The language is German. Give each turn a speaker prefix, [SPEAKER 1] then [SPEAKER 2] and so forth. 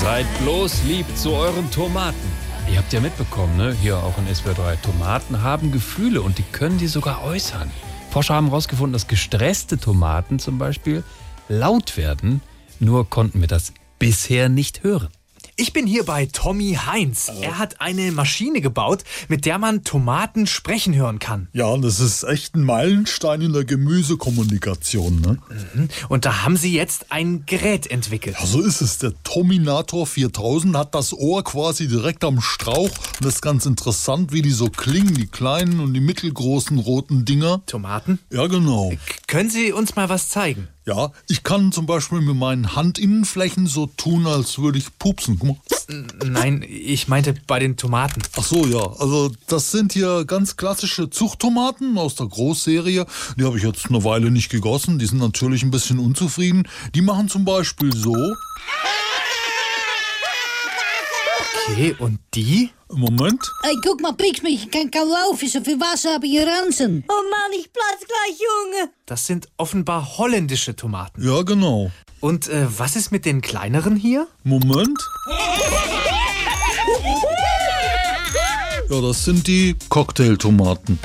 [SPEAKER 1] Seid bloß lieb zu euren Tomaten. Ihr habt ja mitbekommen, ne? hier auch in SWR3, Tomaten haben Gefühle und die können die sogar äußern. Forscher haben herausgefunden, dass gestresste Tomaten zum Beispiel laut werden, nur konnten wir das bisher nicht hören.
[SPEAKER 2] Ich bin hier bei Tommy Heinz. Er hat eine Maschine gebaut, mit der man Tomaten sprechen hören kann.
[SPEAKER 3] Ja, und das ist echt ein Meilenstein in der Gemüsekommunikation. Ne?
[SPEAKER 2] Und da haben sie jetzt ein Gerät entwickelt.
[SPEAKER 3] Ja, so Also ist es. Der Tominator 4000 hat das Ohr quasi direkt am Strauch. Und das ist ganz interessant, wie die so klingen, die kleinen und die mittelgroßen roten Dinger.
[SPEAKER 2] Tomaten?
[SPEAKER 3] Ja, genau.
[SPEAKER 2] K können Sie uns mal was zeigen?
[SPEAKER 3] Ja, ich kann zum Beispiel mit meinen Handinnenflächen so tun, als würde ich pupsen. Guck mal.
[SPEAKER 2] Nein, ich meinte bei den Tomaten.
[SPEAKER 3] Ach so, ja. Also das sind hier ganz klassische Zuchttomaten aus der Großserie. Die habe ich jetzt eine Weile nicht gegossen. Die sind natürlich ein bisschen unzufrieden. Die machen zum Beispiel so.
[SPEAKER 2] Okay, und die?
[SPEAKER 3] Moment.
[SPEAKER 4] Ey, guck mal, pix mich, ich kann kaum laufen, so viel Wasser habe ich hier Ranzen.
[SPEAKER 5] Oh Mann, ich platz gleich, Junge.
[SPEAKER 2] Das sind offenbar holländische Tomaten.
[SPEAKER 3] Ja, genau.
[SPEAKER 2] Und äh, was ist mit den kleineren hier?
[SPEAKER 3] Moment. Ja, das sind die Cocktailtomaten.